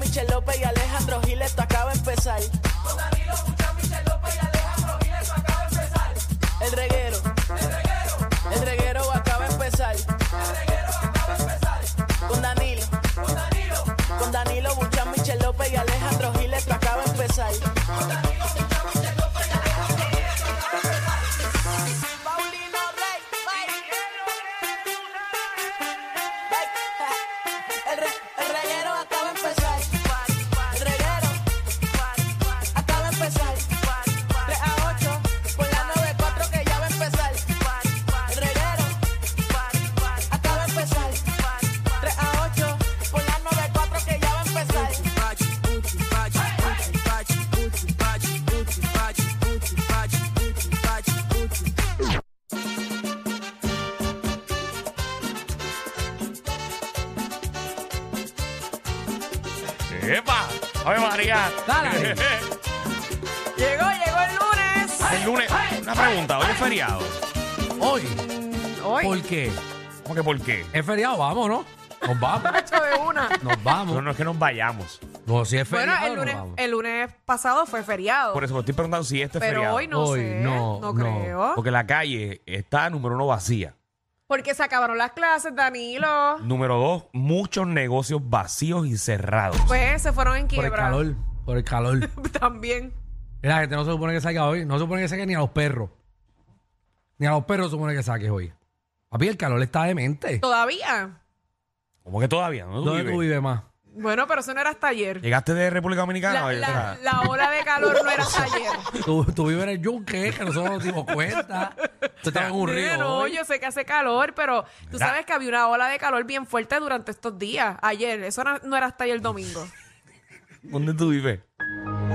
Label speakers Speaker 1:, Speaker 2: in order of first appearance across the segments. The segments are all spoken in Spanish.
Speaker 1: Michel López y Alejandro Gil, esto acaba de empezar. Con Danilo Buchan, Michel López y Alejandro Gil, esto acaba de empezar. El reguero, el reguero, el reguero acaba de empezar. El reguero acaba de empezar. Con Danilo, con Danilo, con Danilo Buchan, Michel López y Alejandro Gil, esto acaba de empezar. Con Danilo Buchan, Michel López y Alejandro Gil, esto acaba de empezar. Paulino Rey, El, re- el reguero acaba de empezar. El reguero acaba de empezar. 3 a 8 por la 94 que ya va a empezar. El reguero acaba de empezar. 3 a 8 por la 94 que ya va a empezar.
Speaker 2: ¡Epa! ¡Ave María!
Speaker 3: Dale. Llegó, llegó el lunes.
Speaker 2: El lunes, una pregunta, hoy es feriado.
Speaker 3: Hoy.
Speaker 4: Hoy.
Speaker 3: ¿Por qué?
Speaker 2: ¿Cómo que por qué?
Speaker 3: Es feriado, vamos, ¿no? Nos vamos.
Speaker 4: de una.
Speaker 3: Nos
Speaker 2: No,
Speaker 3: vamos.
Speaker 2: no es que nos vayamos.
Speaker 3: No, si es
Speaker 4: Bueno,
Speaker 3: feriado,
Speaker 4: el lunes,
Speaker 3: nos vamos.
Speaker 4: el lunes pasado fue feriado.
Speaker 2: Por eso me estoy preguntando si este es
Speaker 4: pero
Speaker 2: feriado.
Speaker 4: hoy no
Speaker 3: Hoy
Speaker 4: sé.
Speaker 3: no,
Speaker 4: No,
Speaker 3: no.
Speaker 4: creo.
Speaker 2: Porque la calle está número uno vacía.
Speaker 4: Porque se acabaron las clases, Danilo.
Speaker 2: Número dos, muchos negocios vacíos y cerrados.
Speaker 4: Pues se fueron en
Speaker 3: Por el
Speaker 4: quiebra.
Speaker 3: calor. Por el calor.
Speaker 4: También.
Speaker 3: Mira, la gente no se supone que salga hoy. No se supone que saque ni a los perros. Ni a los perros se supone que saques hoy. Papi, el calor está demente.
Speaker 4: Todavía.
Speaker 2: ¿Cómo que todavía? ¿Dónde, tú
Speaker 3: ¿Dónde
Speaker 2: vives?
Speaker 3: tú vives más?
Speaker 4: Bueno, pero eso no era hasta ayer.
Speaker 2: ¿Llegaste de República Dominicana?
Speaker 4: La,
Speaker 2: Oye, o
Speaker 4: la-
Speaker 2: sea,
Speaker 4: la ola de calor no era hasta ayer.
Speaker 3: Tú, tú vives en el yunque, que nosotros no nos dimos cuenta. Tú estabas en un
Speaker 4: Mira,
Speaker 3: río.
Speaker 4: no,
Speaker 3: hoy.
Speaker 4: yo sé que hace calor, pero tú
Speaker 2: Mira.
Speaker 4: sabes que había una ola de calor bien fuerte durante estos días. Ayer, eso no, no era hasta ayer domingo.
Speaker 2: ¿Dónde tú vives?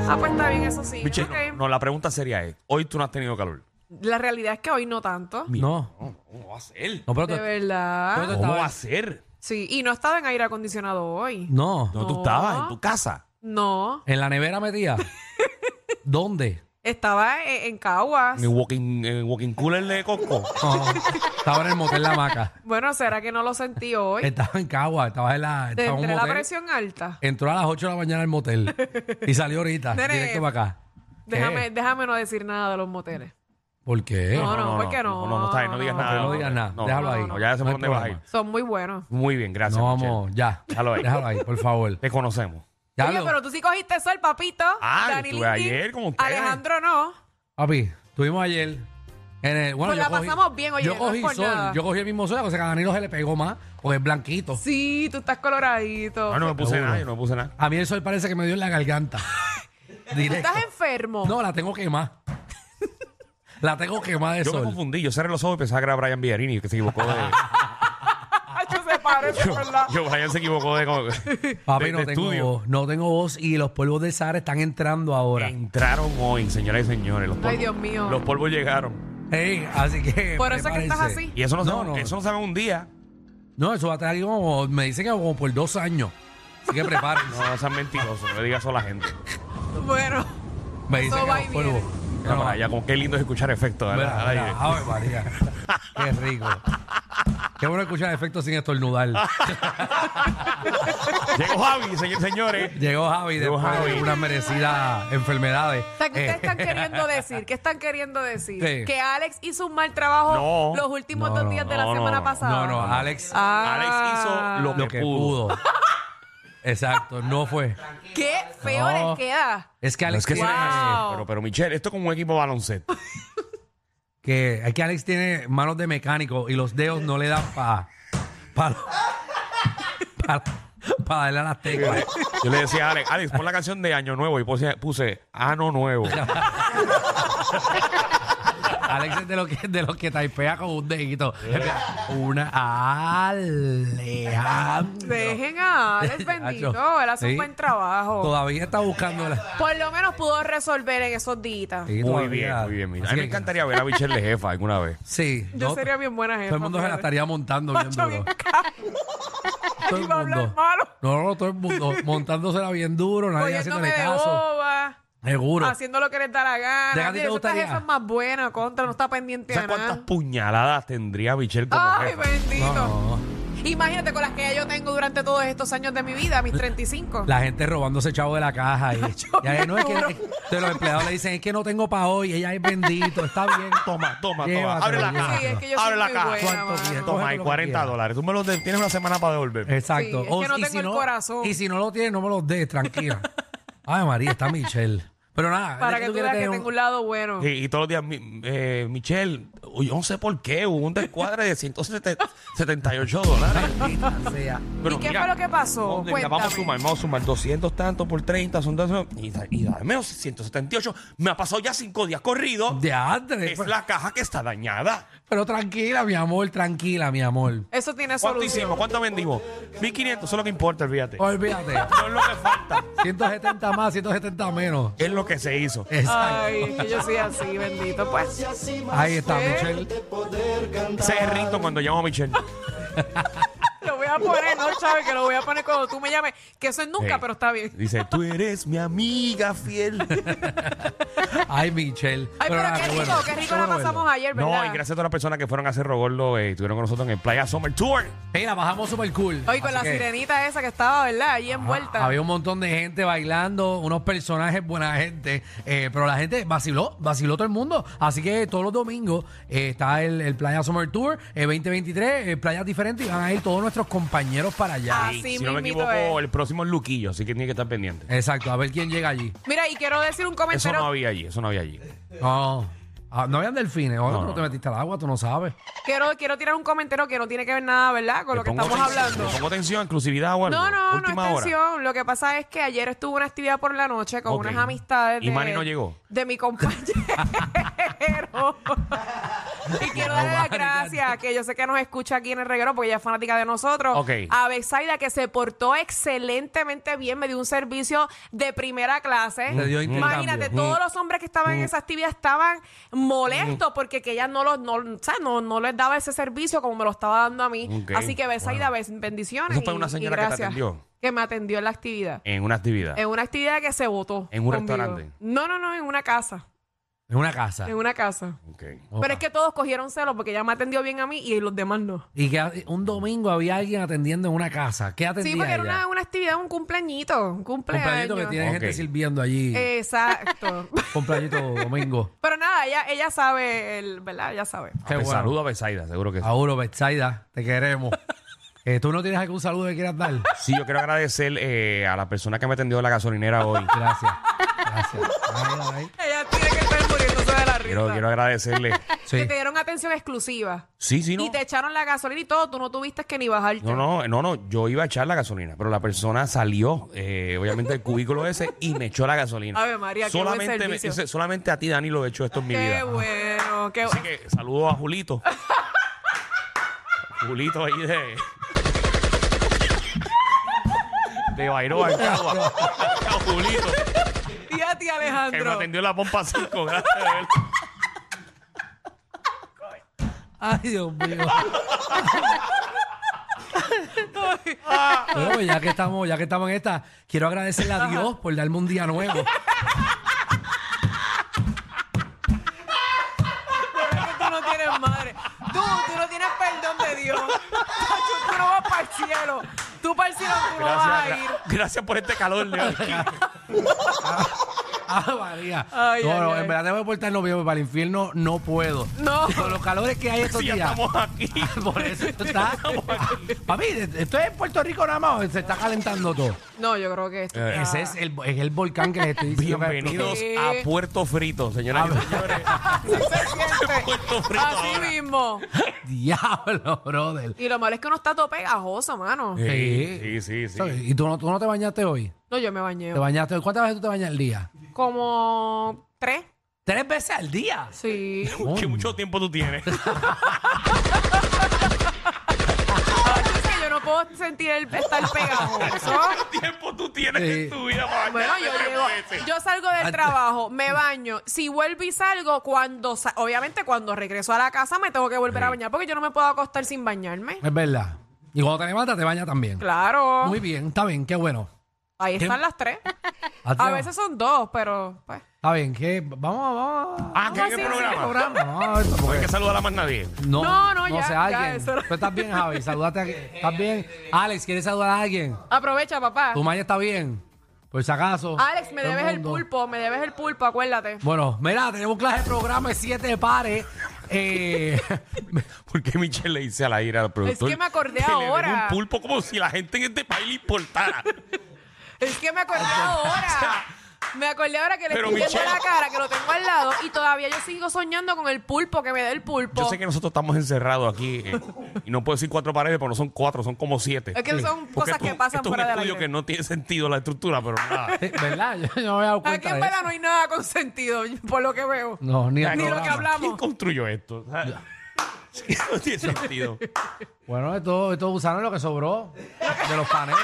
Speaker 4: Ah, pues está bien, eso sí.
Speaker 2: Biche,
Speaker 4: Ok.
Speaker 2: no, no, la pregunta sería es, hoy tú no has tenido calor.
Speaker 4: La realidad es que hoy no tanto.
Speaker 3: No,
Speaker 2: ¿Cómo va a ser?
Speaker 3: no, pero tú,
Speaker 4: De verdad.
Speaker 3: tú
Speaker 2: ¿Cómo va a
Speaker 3: estabas.
Speaker 2: ser?
Speaker 4: Sí, y no estaba en aire acondicionado hoy.
Speaker 3: No,
Speaker 2: No, tú
Speaker 4: No.
Speaker 2: estabas en tu casa.
Speaker 4: No,
Speaker 3: en la nevera metida. ¿Dónde?
Speaker 4: estaba e- en Caguas.
Speaker 2: En el walking, en el walking cooler de Costco.
Speaker 3: No, estaba en el motel La Maca.
Speaker 4: Bueno, ¿será que no lo sentí hoy?
Speaker 3: Estaba en Cagua, estaba en la.
Speaker 4: Te
Speaker 3: Estaba en un
Speaker 4: entré la
Speaker 3: motel.
Speaker 4: presión alta.
Speaker 3: Entró a las 8 de la mañana al motel y salió ahorita,
Speaker 4: Nene.
Speaker 3: directo para acá. ¿Qué?
Speaker 4: Déjame, déjame no decir nada de los moteles.
Speaker 3: ¿por qué?
Speaker 4: No, no, ¿por qué no?
Speaker 2: No, no, está bien, no digas
Speaker 4: No,
Speaker 2: nada.
Speaker 3: no digas nada, déjalo ahí.
Speaker 2: ya sé
Speaker 3: No hay
Speaker 2: por dónde vas a
Speaker 3: problema.
Speaker 2: ir.
Speaker 4: Son muy buenos.
Speaker 2: Muy bien, gracias.
Speaker 3: no
Speaker 2: Michelle.
Speaker 3: vamos, ya.
Speaker 2: Déjalo ahí.
Speaker 3: Déjalo ahí, por favor.
Speaker 2: Te conocemos.
Speaker 3: Ya
Speaker 4: Oye,
Speaker 3: lo-
Speaker 4: pero tú sí cogiste sol, papito.
Speaker 2: Ah, yo
Speaker 4: Danilo
Speaker 2: estuve
Speaker 4: y Tim.
Speaker 2: ayer con ustedes.
Speaker 4: Alejandro no.
Speaker 3: Papi, estuvimos ayer. En el, bueno,
Speaker 4: Pues
Speaker 3: yo
Speaker 4: la
Speaker 3: cogí-
Speaker 4: pasamos bien, oye,
Speaker 3: Yo
Speaker 4: no es
Speaker 3: cogí
Speaker 4: por
Speaker 3: sol,
Speaker 4: nada.
Speaker 3: yo cogí el mismo sol, o sea que a Danilo se le pegó más, porque es blanquito.
Speaker 4: Sí, tú estás coloradito.
Speaker 2: No, no me puse
Speaker 3: Seguro.
Speaker 2: nada, yo no me puse nada.
Speaker 3: A mí el sol parece que me dio en la garganta. Directo.
Speaker 4: Estás enfermo.
Speaker 3: No, la tengo quemada. la tengo quemada de
Speaker 2: Yo me
Speaker 3: sol.
Speaker 2: confundí, yo cerré los ojos y pensaba que era Brian Villarini, que se equivocó de.
Speaker 4: Hacho, se parece, ¿verdad?
Speaker 2: yo, Brian se equivocó de. como-
Speaker 3: Papi,
Speaker 2: de-
Speaker 3: no
Speaker 2: de
Speaker 3: tengo
Speaker 2: estudio.
Speaker 3: voz. No tengo voz y los polvos del Sahara están entrando ahora.
Speaker 2: Entraron hoy, señoras y señores. Los polvos,
Speaker 4: Ay, Dios mío.
Speaker 2: Los polvos llegaron.
Speaker 3: Ey, así que.
Speaker 4: Por eso es que estás
Speaker 3: prepárense.
Speaker 4: así.
Speaker 2: Y eso no,
Speaker 3: No,
Speaker 2: saben,
Speaker 3: no.
Speaker 2: eso no saben un día.
Speaker 3: No, eso va a estar ahí como. Me dicen que como por dos años. Así que prepárense.
Speaker 2: No, sean mentirosos, no le digas eso a la gente.
Speaker 4: Bueno,
Speaker 3: me dicen
Speaker 4: eso
Speaker 3: que
Speaker 4: va
Speaker 3: los
Speaker 4: y
Speaker 3: polvos.
Speaker 2: Mira para allá, como qué lindo es escuchar efectos. ¿verdad? Al
Speaker 3: Mira, mira,
Speaker 2: aire.
Speaker 3: Ave María. Qué rico. Qué bueno escuchar efectos sin estornudar.
Speaker 2: Llegó Javi, señor- señores.
Speaker 3: Llegó Javi
Speaker 2: Llegó
Speaker 3: después
Speaker 2: Javi.
Speaker 3: de unas merecidas enfermedades.
Speaker 4: o sea, ¿qué ustedes están
Speaker 3: Eh,
Speaker 4: queriendo decir? ¿Qué están queriendo decir?
Speaker 3: Sí.
Speaker 4: Que Alex hizo un mal trabajo
Speaker 2: No.
Speaker 4: los últimos
Speaker 3: No,
Speaker 4: dos
Speaker 3: eh, no,
Speaker 4: días de
Speaker 2: no,
Speaker 4: la
Speaker 2: no,
Speaker 4: semana
Speaker 2: no.
Speaker 3: no,
Speaker 4: pasada.
Speaker 3: no, Alex.
Speaker 4: Ah.
Speaker 2: Alex hizo lo,
Speaker 3: Lo que pudo. Exacto, no fue.
Speaker 4: ¿Qué feo
Speaker 3: No.
Speaker 4: les queda?
Speaker 3: Es que
Speaker 2: No,
Speaker 3: Alex
Speaker 2: es que se-
Speaker 3: tiene-
Speaker 4: Wow.
Speaker 2: pero, pero Michelle, esto es como un equipo de baloncesto.
Speaker 3: que es que Alex tiene manos de mecánico y los dedos no le dan para para para darle a las teclas.
Speaker 2: Yo le decía a Alex, Alex, pon la canción de Año Nuevo y puse, puse Ano Nuevo.
Speaker 3: Alex es de los que de los que taipea con un dedito. Una Alejandro.
Speaker 4: Dejen a Alex bendito. Él hace
Speaker 3: Sí.
Speaker 4: un buen trabajo.
Speaker 3: Todavía está buscando la.
Speaker 4: Por lo menos pudo resolver en esos días.
Speaker 2: Muy
Speaker 3: Sí, todavía.
Speaker 2: bien, muy bien. Mira. A
Speaker 3: Así
Speaker 2: mí me
Speaker 3: que-
Speaker 2: encantaría ver a Michelle de jefa alguna vez.
Speaker 3: Sí.
Speaker 4: Yo
Speaker 3: no,
Speaker 4: sería bien buena jefa.
Speaker 3: Todo el mundo se la
Speaker 4: fíjate.
Speaker 3: estaría montando bien
Speaker 4: Macho,
Speaker 3: duro.
Speaker 4: bien caro.
Speaker 3: Todo el
Speaker 4: Iba a hablar
Speaker 3: mundo.
Speaker 4: malo.
Speaker 3: No, no, todo el mundo montándosela bien duro, nadie
Speaker 4: Oyéndome
Speaker 3: haciéndole
Speaker 4: de
Speaker 3: caso.
Speaker 4: boba.
Speaker 3: Seguro.
Speaker 4: Haciendo lo que les da la
Speaker 3: ¿De
Speaker 4: gana.
Speaker 3: a ti te
Speaker 4: Mira, eso esta
Speaker 3: gustaría?
Speaker 4: jefa es más buena, contra, no está pendiente de
Speaker 2: ¿Sabes cuántas
Speaker 4: nada.
Speaker 2: puñaladas tendría Michelle como
Speaker 4: Ay,
Speaker 2: jefa?
Speaker 4: bendito.
Speaker 3: No, no.
Speaker 4: Imagínate con las que ya yo tengo durante todos estos años de mi vida, mis 35.
Speaker 3: La gente robándose chavo de la caja. Y, y ahí, no es que,
Speaker 4: duro.
Speaker 3: entonces los empleados le dicen, es que no tengo para hoy. Ella es bendito, está bien.
Speaker 2: Toma, toma, toma.
Speaker 3: Llévatelo,
Speaker 2: Abre la
Speaker 3: llévatelo.
Speaker 2: caja.
Speaker 4: Sí, es que yo
Speaker 2: Abre
Speaker 4: soy
Speaker 2: la
Speaker 4: muy
Speaker 2: caja.
Speaker 4: buena,
Speaker 3: ¿Cuánto
Speaker 4: mano.
Speaker 3: quieres?
Speaker 2: Toma,
Speaker 3: Cógete
Speaker 2: hay
Speaker 3: lo que
Speaker 2: 40
Speaker 3: quieras. Eh.
Speaker 2: dólares. Tú me los de- tienes una semana para devolver.
Speaker 3: Exacto. Oh,
Speaker 4: Sí, es que no
Speaker 3: y
Speaker 4: tengo el corazón.
Speaker 3: Y si no lo tienes, no me lo des, tranquila. Ay, María, está Michelle. Pero nada,
Speaker 4: Para
Speaker 3: es
Speaker 4: que
Speaker 3: tú
Speaker 4: tú
Speaker 3: quieres
Speaker 4: veas que
Speaker 3: tener un-
Speaker 4: tengo un lado bueno.
Speaker 2: Y, y todos los días, mi- eh, Michelle, uy, yo no sé por qué, hubo un descuadre de 178 dólares.
Speaker 3: Maldita sea.
Speaker 2: Pero
Speaker 4: ¿Y qué fue lo que pasó?
Speaker 2: no, mira, vamos a
Speaker 4: Cuéntame.
Speaker 2: sumar, vamos a sumar 200 tantos por 30, son 200, y, da- y dame menos 178. Me ha pasado ya 5 días corridos.
Speaker 3: De antes.
Speaker 2: Es la caja que está dañada.
Speaker 3: pues, Pero tranquila, mi amor, tranquila, mi amor.
Speaker 4: Eso tiene
Speaker 2: ¿Cuánto
Speaker 4: solución.
Speaker 2: hicimos? ¿Cuánto vendimos? 1500, eso es lo que importa, fíjate. No
Speaker 3: Olvídate.
Speaker 2: es lo que falta,
Speaker 3: 170 más, 170 menos.
Speaker 2: es lo que se hizo.
Speaker 3: Exacto.
Speaker 4: Ay, es que yo soy así, bendito. Pues
Speaker 3: Ahí está,
Speaker 4: ¿Eh?
Speaker 3: Michelle.
Speaker 2: Ese es el ritmo cuando llamo a Michelle.
Speaker 4: lo voy a poner, no, Chávez, que lo voy a poner cuando tú me llames. Que eso es nunca,
Speaker 2: Sí.
Speaker 4: pero está bien.
Speaker 2: Dice, tú eres mi amiga fiel.
Speaker 3: Ay, Michelle.
Speaker 4: Ay, pero
Speaker 3: nada,
Speaker 4: qué rico,
Speaker 3: bueno.
Speaker 4: qué rico
Speaker 3: bueno
Speaker 4: la
Speaker 3: verlo.
Speaker 4: pasamos ayer, ¿verdad?
Speaker 2: No, y gracias a todas las personas que fueron a Cerro Gordo eh, estuvieron con nosotros en el Playa Summer Tour.
Speaker 3: Mira, bajamos super cool.
Speaker 4: Hoy con
Speaker 3: Así
Speaker 4: la
Speaker 3: que-
Speaker 4: sirenita esa que estaba, ¿verdad? Ahí envuelta.
Speaker 3: Ah, había un montón de gente bailando, unos personajes, buena gente, eh, pero la gente vaciló, vaciló todo el mundo. Así que todos los domingos eh, está el, el Playa Summer Tour eh, 2023, eh, playas diferentes y van a ir todos nuestros compañeros para allá.
Speaker 4: Así
Speaker 2: si no me
Speaker 4: mismito
Speaker 2: equivoco,
Speaker 4: es.
Speaker 2: el próximo es Luquillo, así que tiene que estar pendiente.
Speaker 3: Exacto, a ver quién llega allí.
Speaker 4: Mira, y quiero decir un
Speaker 2: Eso no
Speaker 4: comentario.
Speaker 2: había allí, eso no había allí.
Speaker 3: No, ah, no habían delfines, ahora
Speaker 2: No,
Speaker 3: tú no
Speaker 2: no.
Speaker 3: te metiste al agua, tú no sabes.
Speaker 4: Quiero, quiero tirar un comentario que no tiene que ver nada, ¿verdad? Con lo que estamos hablando.
Speaker 2: ¿Le pongo tensión, exclusividad o algo?
Speaker 4: No, no, no es
Speaker 2: Última hora.
Speaker 4: tensión. Lo que pasa es que ayer estuve en una actividad por la noche con
Speaker 2: Ok.
Speaker 4: unas amistades.
Speaker 2: ¿Y
Speaker 4: de-
Speaker 2: Manny no llegó?
Speaker 4: De mi compañero. y quiero darle
Speaker 3: Manny,
Speaker 4: las gracias, que yo sé que nos escucha aquí en el reguero porque ella es fanática de nosotros.
Speaker 2: Ok.
Speaker 4: A Besaida, que se portó excelentemente bien, me dio un servicio de primera clase.
Speaker 3: Le dio intercambio.
Speaker 4: Imagínate,
Speaker 3: Mm.
Speaker 4: todos los hombres que estaban
Speaker 2: Mm.
Speaker 4: en esa actividad estaban molestos porque que ella no, los, no, o sea, no, no les daba ese servicio como me lo estaba dando a mí.
Speaker 2: Ok.
Speaker 4: Así que Besaida, bes- bendiciones.
Speaker 2: Eso fue
Speaker 4: Y-
Speaker 2: una
Speaker 4: y
Speaker 2: señora que te
Speaker 4: gracias. Eh,
Speaker 2: atendió.
Speaker 4: Que me atendió en la actividad.
Speaker 2: En una actividad.
Speaker 4: En una actividad que se votó.
Speaker 2: ¿En un
Speaker 4: conmigo.
Speaker 2: restaurante?
Speaker 4: No, no, no, en una casa.
Speaker 3: En una casa.
Speaker 4: En una casa.
Speaker 2: Ok.
Speaker 4: Pero es que todos cogieron celo porque ella me atendió bien a mí y los demás no.
Speaker 3: Y que ah, un domingo había alguien atendiendo en una casa. ¿Qué atendía
Speaker 4: Sí, porque era
Speaker 3: ella?
Speaker 4: una, una actividad, un cumpleañito. Un cumpleaños. Eh,
Speaker 3: Cumpleañito que tiene
Speaker 2: Ok.
Speaker 3: gente sirviendo allí.
Speaker 4: Exacto.
Speaker 3: Cumpleañito domingo.
Speaker 4: Pero nada, ella, ella sabe, el, ¿verdad? Ella sabe.
Speaker 3: Qué
Speaker 2: Te
Speaker 3: bueno. Ah.
Speaker 2: saludo a Besaida, seguro que sí.
Speaker 3: Auro, Betsaida, te queremos. Eh, ¿Tú no tienes algún saludo que quieras dar?
Speaker 2: Sí, yo quiero agradecer eh, a la persona que me atendió en la gasolinera hoy.
Speaker 3: Gracias. Gracias. Ay, ay.
Speaker 4: Ella tiene que estar muriéndose de la risa.
Speaker 2: Quiero, quiero agradecerle.
Speaker 3: Sí.
Speaker 4: Que te dieron atención exclusiva.
Speaker 2: Sí, sí, no.
Speaker 4: Y te echaron la gasolina y todo. Tú no tuviste que ni bajarte.
Speaker 2: No, no, no, no, yo iba a echar la gasolina, pero la persona salió, eh, obviamente, del cubículo ese y me echó la gasolina.
Speaker 4: Ave María, qué buen
Speaker 2: solamente, me-
Speaker 4: servicio.
Speaker 2: ese- solamente a ti, Dani, lo he hecho esto en mi
Speaker 4: Qué
Speaker 2: vida.
Speaker 4: bueno, qué
Speaker 2: Así
Speaker 4: bueno.
Speaker 2: que saludo a Julito. Julito ahí de. De Bairoa, en Cagua. A Julito,
Speaker 4: Y a ti,
Speaker 2: que me
Speaker 4: Alejandro.
Speaker 2: atendió en la pompa 5, gracias de verdad.
Speaker 3: Ay, Dios mío. Bueno, pues ya que estamos, ya que estamos en esta, quiero agradecerle a Dios por darme un día nuevo.
Speaker 4: Pero es que tú no tienes madre. Tú, tú no tienes perdón de Dios. Tacho, tú no vas para el cielo. Tú para el cielo tú no vas a
Speaker 2: Gracias,
Speaker 4: ir.
Speaker 2: gra- gracias por este calor, León.
Speaker 3: Ah, María.
Speaker 4: Ay,
Speaker 3: no,
Speaker 4: ay,
Speaker 3: no,
Speaker 4: ay.
Speaker 3: en verdad te voy a portar novio, pero para el infierno no puedo.
Speaker 4: No.
Speaker 3: Con los calores que hay estos
Speaker 2: Si ya
Speaker 3: días.
Speaker 2: estamos aquí.
Speaker 3: Por eso está. Papi, esto es en Puerto Rico nada más, o se está calentando todo.
Speaker 4: No, yo creo que esto.
Speaker 2: Eh.
Speaker 3: Ese es el, es el volcán que les estoy diciendo. que
Speaker 2: Bienvenidos
Speaker 4: Sí.
Speaker 2: a Puerto Frito, señoras y señores. Puerto Frito
Speaker 4: Así
Speaker 2: ahora.
Speaker 4: mismo.
Speaker 3: explota. Diablo, brother.
Speaker 4: Y lo malo es que uno está todo pegajoso, mano.
Speaker 2: Sí, sí, sí.
Speaker 3: ¿Sabes? ¿Y tú no, tú no te bañaste hoy?
Speaker 4: No, yo me bañé.
Speaker 3: ¿Te bañaste hoy? ¿Cuántas veces tú te bañas al día?
Speaker 4: Como tres.
Speaker 3: ¿Tres veces al día?
Speaker 4: Sí.
Speaker 2: Que mucho tiempo tú tienes.
Speaker 4: Entonces, yo no puedo sentir el estar pegajoso.
Speaker 2: ¿Qué tiempo tú tienes
Speaker 3: Sí.
Speaker 2: en tu vida para
Speaker 4: Bueno,
Speaker 2: bañarte
Speaker 4: yo
Speaker 2: tres
Speaker 4: llego,
Speaker 2: veces?
Speaker 4: yo salgo del trabajo, me baño. Si vuelvo y salgo, cuando sa- obviamente cuando regreso a la casa me tengo que volver a bañar porque yo no me puedo acostar sin bañarme.
Speaker 3: Es verdad. Y cuando te levantas, te bañas también.
Speaker 4: Claro.
Speaker 3: Muy bien, está bien, qué bueno.
Speaker 4: Ahí
Speaker 3: ¿Qué?
Speaker 4: están las tres.
Speaker 3: A ti
Speaker 4: A
Speaker 3: no.
Speaker 4: veces son dos, pero pues.
Speaker 3: Está bien, que vamos, vamos.
Speaker 2: Ah, que hay que
Speaker 4: sí, sí,
Speaker 2: programa.
Speaker 3: programa, vamos a ver,
Speaker 2: No
Speaker 3: porque-
Speaker 2: hay que saludar a más nadie.
Speaker 3: No,
Speaker 4: No, no, ya,
Speaker 3: sé,
Speaker 4: ya,
Speaker 3: alguien.
Speaker 4: eso era.
Speaker 3: Tú estás bien, Javi. Saludate a ¿Estás bien? Alex, ¿quieres saludar a alguien?
Speaker 4: Aprovecha, papá.
Speaker 3: ¿Tu maña está bien? Por si acaso.
Speaker 4: Alex, me
Speaker 3: Todo
Speaker 4: debes el
Speaker 3: mundo.
Speaker 4: pulpo, me debes el pulpo, acuérdate.
Speaker 3: Bueno, mira, tenemos clase de programa de siete pares. Eh,
Speaker 2: ¿Por qué Michelle le dice a la ira al productor?
Speaker 4: que me acordé
Speaker 2: que le den
Speaker 4: ahora.
Speaker 2: un pulpo como si la gente en este país le importara.
Speaker 4: Es que me acordé ahora. Me acordé ahora que le
Speaker 2: Pero
Speaker 4: estoy viendo
Speaker 2: Michelle-
Speaker 4: la cara, que lo tengo al lado, y todavía yo sigo soñando con el pulpo, que me dé el pulpo.
Speaker 2: Yo sé que nosotros estamos encerrados aquí eh, y no puedo decir cuatro paredes, pero no son cuatro, son como siete.
Speaker 4: Es que son
Speaker 2: Porque
Speaker 4: cosas
Speaker 2: esto-
Speaker 4: que pasan
Speaker 2: esto es
Speaker 4: fuera
Speaker 2: un
Speaker 4: del
Speaker 2: estudio
Speaker 4: aire.
Speaker 2: que no tiene sentido la estructura, pero nada.
Speaker 3: ¿Verdad? Yo, yo no me he dado
Speaker 4: Aquí
Speaker 3: cuenta. Mm.
Speaker 4: en
Speaker 3: de
Speaker 4: verdad no hay nada con sentido, por lo que veo.
Speaker 3: eso. No, ni, el
Speaker 4: Ni lo que
Speaker 3: programa.
Speaker 4: hablamos.
Speaker 2: ¿Quién construyó esto? O sea, no tiene sentido.
Speaker 3: Bueno, esto, esto usaron lo que sobró de los paneles.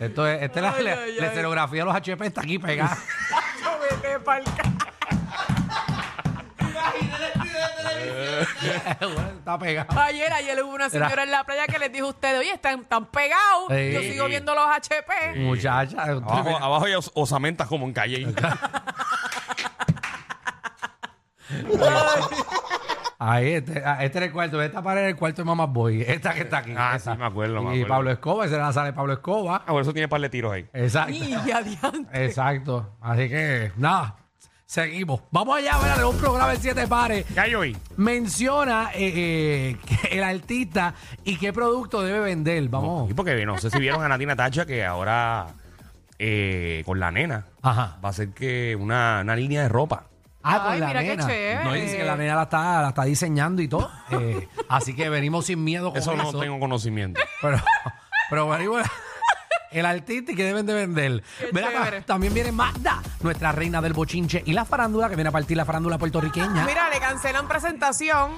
Speaker 3: Esto es, esta es la,
Speaker 4: Ay,
Speaker 3: la-
Speaker 4: ay,
Speaker 3: la
Speaker 4: ay.
Speaker 3: escenografía de los HP está aquí pegada.
Speaker 4: Yo vete pa'l ca-
Speaker 3: está pegada.
Speaker 4: Ayer, ayer hubo una señora
Speaker 3: Era-
Speaker 4: en la playa que les dijo a ustedes, oye, están tan pegados,
Speaker 3: Sí.
Speaker 4: yo sigo viendo los HP.
Speaker 3: Muchacha,
Speaker 2: Abajo, abajo hay os- osamentas como en calle.
Speaker 3: ahí, este, ah, este era el cuarto. Esta pared era el cuarto de Mamá Boy. Esta que está aquí.
Speaker 2: Ah,
Speaker 3: esa.
Speaker 2: sí, me acuerdo, me
Speaker 3: Y
Speaker 2: acuerdo.
Speaker 3: Pablo Escoba, esa era la sala de Pablo Escoba.
Speaker 2: Ah, por eso tiene par de tiros ahí.
Speaker 3: Exacto.
Speaker 4: Y adiante.
Speaker 3: Exacto. Así que, nada, seguimos. Vamos allá, a ver, un programa de siete pares.
Speaker 2: Ya yo vi.
Speaker 3: Menciona eh, eh, que el artista y qué producto debe vender. Vamos.
Speaker 2: Y porque no sé si vieron a Natina Tacha que ahora eh, con la nena
Speaker 3: Ajá.
Speaker 2: va a ser que una, una línea de ropa.
Speaker 3: Ah, con
Speaker 4: Ay,
Speaker 3: la
Speaker 4: mira qué
Speaker 3: nena.
Speaker 4: chévere.
Speaker 3: No, y dice que la nena la está, la está diseñando y todo. Eh, así que venimos sin miedo con Oh, eso.
Speaker 2: Eso no tengo conocimiento.
Speaker 3: Pero, pero venimos el artista y que deben de vender. Ven acá,
Speaker 4: chévere.
Speaker 3: también viene Magda, nuestra reina del bochinche y la farándula que viene a partir la farándula puertorriqueña.
Speaker 4: Ah, Mira, le cancelan presentación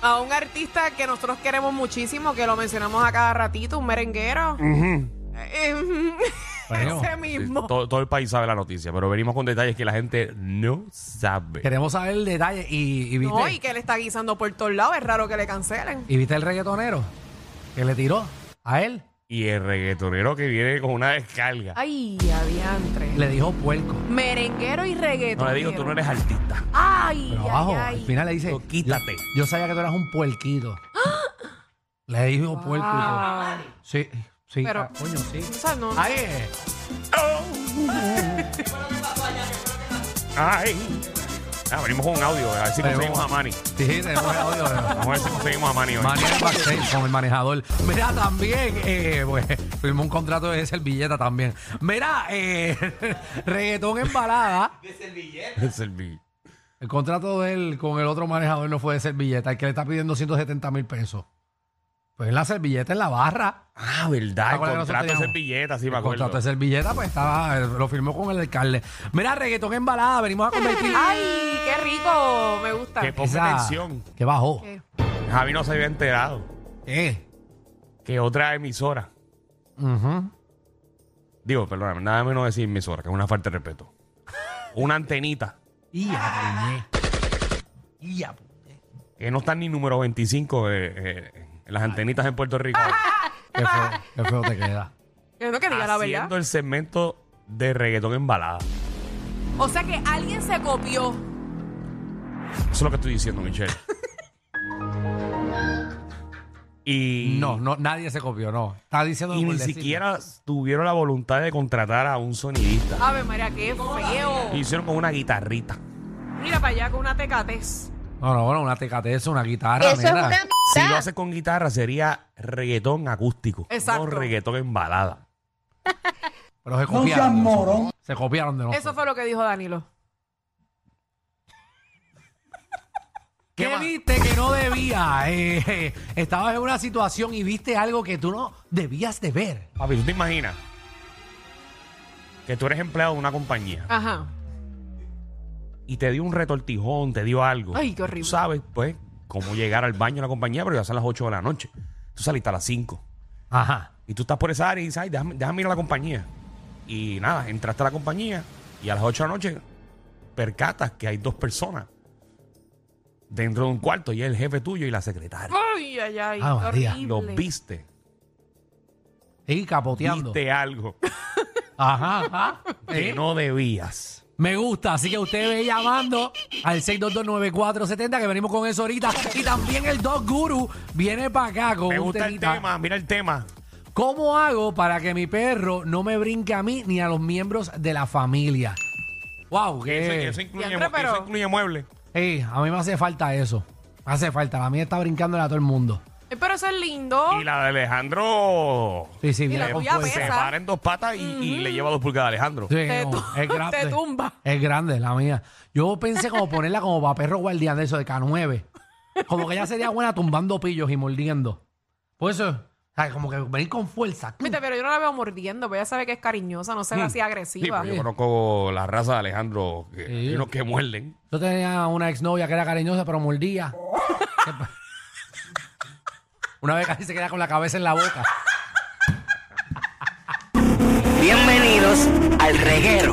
Speaker 4: a un artista que nosotros queremos muchísimo, que lo mencionamos a cada ratito, un merenguero. Eh, ujú.
Speaker 3: Bueno,
Speaker 4: Ese mismo.
Speaker 2: Todo, todo el país sabe la noticia, pero venimos con detalles que la gente no sabe.
Speaker 3: Queremos saber el detalle y, y viste
Speaker 4: No, y que le está guisando por todos lados, es raro que le cancelen.
Speaker 3: y viste el reggaetonero que le tiró a él,
Speaker 2: Y el reggaetonero que viene con una descarga.
Speaker 4: Ay, adiantre.
Speaker 3: le dijo puerco.
Speaker 4: Merenguero y reggaeton.
Speaker 2: No le digo, tú no eres artista.
Speaker 4: Ay,
Speaker 3: Pero
Speaker 4: ay,
Speaker 3: abajo,
Speaker 4: ay.
Speaker 3: al final le dice,
Speaker 2: Pero quítate.
Speaker 3: Yo, yo sabía que tú eras un puerquito. Le dijo puerco. y todo.
Speaker 4: Ah.
Speaker 3: Sí, sí.
Speaker 4: Pero-
Speaker 3: ah, coño, sí. eh,
Speaker 4: O sea, no.
Speaker 3: Ahí es.
Speaker 2: Ay. Ah, venimos con un audio, a ver si
Speaker 3: Venimos.
Speaker 2: conseguimos a Manny.
Speaker 3: Sí, tenemos el audio. pero-
Speaker 2: Vamos a ver si conseguimos a Manny hoy.
Speaker 3: Maneja backstage con el manejador. Mira, también, eh, pues, firmó un contrato de servilleta también. Mira, eh, reggaetón en balada.
Speaker 2: Es el vi-
Speaker 3: El contrato de él con el otro manejador no fue de servilleta, el que le está pidiendo 170 mil pesos. Pues la servilleta en la barra.
Speaker 2: Ah, verdad, el
Speaker 3: Acuérdate que
Speaker 2: contrato de
Speaker 3: nosotros
Speaker 2: servilleta, sí, me
Speaker 3: el
Speaker 2: acuerdo.
Speaker 3: contrato de servilleta, pues estaba, lo firmó con el alcalde. Mira, reggaetón en balada, venimos a convertir.
Speaker 4: Ah. Ay, qué rico, me gusta.
Speaker 2: Que ponga
Speaker 3: Esa-
Speaker 2: atención.
Speaker 3: Que bajó.
Speaker 4: ¿Qué?
Speaker 2: Javi no se había enterado
Speaker 3: Eh.
Speaker 2: que otra emisora,
Speaker 3: ujú.
Speaker 2: digo, perdóname, nada menos decir emisora, que es una falta de respeto. Una antenita
Speaker 3: Y ya, puñe. Y ya, puñe.
Speaker 2: que no está ni número 25 eh, eh, en las antenitas en Puerto Rico.
Speaker 3: Qué feo, qué feo te queda.
Speaker 4: Que no que diga la verdad.
Speaker 2: haciendo el segmento de reggaetón en balada. Eso
Speaker 4: O sea que alguien se copió.
Speaker 2: es lo que estoy diciendo, Michelle. Y,
Speaker 3: No, no, nadie se copió, no. Está diciendo
Speaker 2: y
Speaker 3: por
Speaker 2: ni
Speaker 3: decirlo.
Speaker 2: siquiera tuvieron la voluntad de contratar a un sonidista.
Speaker 4: Ave María, qué feo.
Speaker 2: Lo hicieron con una guitarrita.
Speaker 4: Mira para allá con una tecatez.
Speaker 3: No, no, bueno, una tecateza, una guitarra,
Speaker 5: Eso es
Speaker 3: nena.
Speaker 5: una
Speaker 2: Si lo
Speaker 5: mierda.
Speaker 2: haces con guitarra sería reggaetón acústico.
Speaker 4: Exacto.
Speaker 2: No reggaetón en balada.
Speaker 3: Pero se copiaron. de nosotros. Se copiaron de nosotros.
Speaker 4: Eso fue lo que dijo Danilo.
Speaker 3: ¿Qué, viste que no debía? Eh, eh, estabas en una situación y viste algo que tú no debías de ver.
Speaker 2: Papi, ¿tú te imaginas? Que tú eres empleado de una compañía
Speaker 4: Ajá.
Speaker 2: y te dio un retortijón, te dio algo.
Speaker 4: Ay, qué horrible.
Speaker 2: Tú sabes, pues, cómo llegar al baño de la compañía, pero ya son las 8 de la noche. Tú saliste a las 5.
Speaker 3: Ajá.
Speaker 2: Y tú estás por esa área y dices, ay, déjame, déjame ir a la compañía. Y nada, entraste a la compañía y a las 8 de la noche percatas que hay dos personas dentro de un cuarto y es el jefe tuyo y la secretaria.
Speaker 4: Ay, ay, ay.
Speaker 3: Ah,
Speaker 4: qué
Speaker 3: María.
Speaker 4: horrible.
Speaker 2: Los viste,
Speaker 3: Y capoteando.
Speaker 2: viste algo
Speaker 3: Ajá, ajá.
Speaker 2: que
Speaker 3: Eh,
Speaker 2: no debías.
Speaker 3: Me gusta. Así que usted ve llamando al 6229470 que venimos con eso ahorita. Y también el Dog Guru viene para acá con
Speaker 2: Me
Speaker 3: un
Speaker 2: gusta el
Speaker 3: temita.
Speaker 2: tema, mira el tema.
Speaker 3: ¿Cómo hago para que mi perro no me brinque a mí ni a los miembros de la familia? Wow,
Speaker 2: Que eso, que
Speaker 3: que
Speaker 2: eso incluye,
Speaker 4: Diantre,
Speaker 2: mue-
Speaker 4: pero-
Speaker 2: eso incluye muebles.
Speaker 3: Ey, a mí me hace falta eso. Me hace falta. La mía está brincándole a todo el mundo.
Speaker 4: Eh, Pero eso es lindo.
Speaker 2: Y la de Alejandro eh, pues,
Speaker 3: Sí, sí,
Speaker 4: Y
Speaker 3: viene
Speaker 4: la
Speaker 3: con
Speaker 4: tuya
Speaker 3: fuerza.
Speaker 4: pesa.
Speaker 2: se para en dos patas y, y le lleva dos pulgadas a Alejandro.
Speaker 3: Sí,
Speaker 4: Te
Speaker 3: no,
Speaker 4: tu-
Speaker 3: es grande.
Speaker 4: te tumba.
Speaker 3: Es grande la mía. Yo pensé como ponerla como para perro guardián de eso, de K9. Como que ella sería buena tumbando pillos y mordiendo. Por eso, o sea, como que venir con fuerza.
Speaker 4: Viste, pero yo no la veo mordiendo, pero ella sabe que es cariñosa, no se ve
Speaker 2: Hmm.
Speaker 4: así
Speaker 2: Sí,
Speaker 4: agresiva.
Speaker 2: pero yo conozco la raza de Alejandro, que
Speaker 3: Sí.
Speaker 2: hay unos que muerden.
Speaker 3: Yo tenía una exnovia que era cariñosa, pero mordía. una vez casi se queda con la cabeza en la boca.
Speaker 6: Bienvenidos al reguero.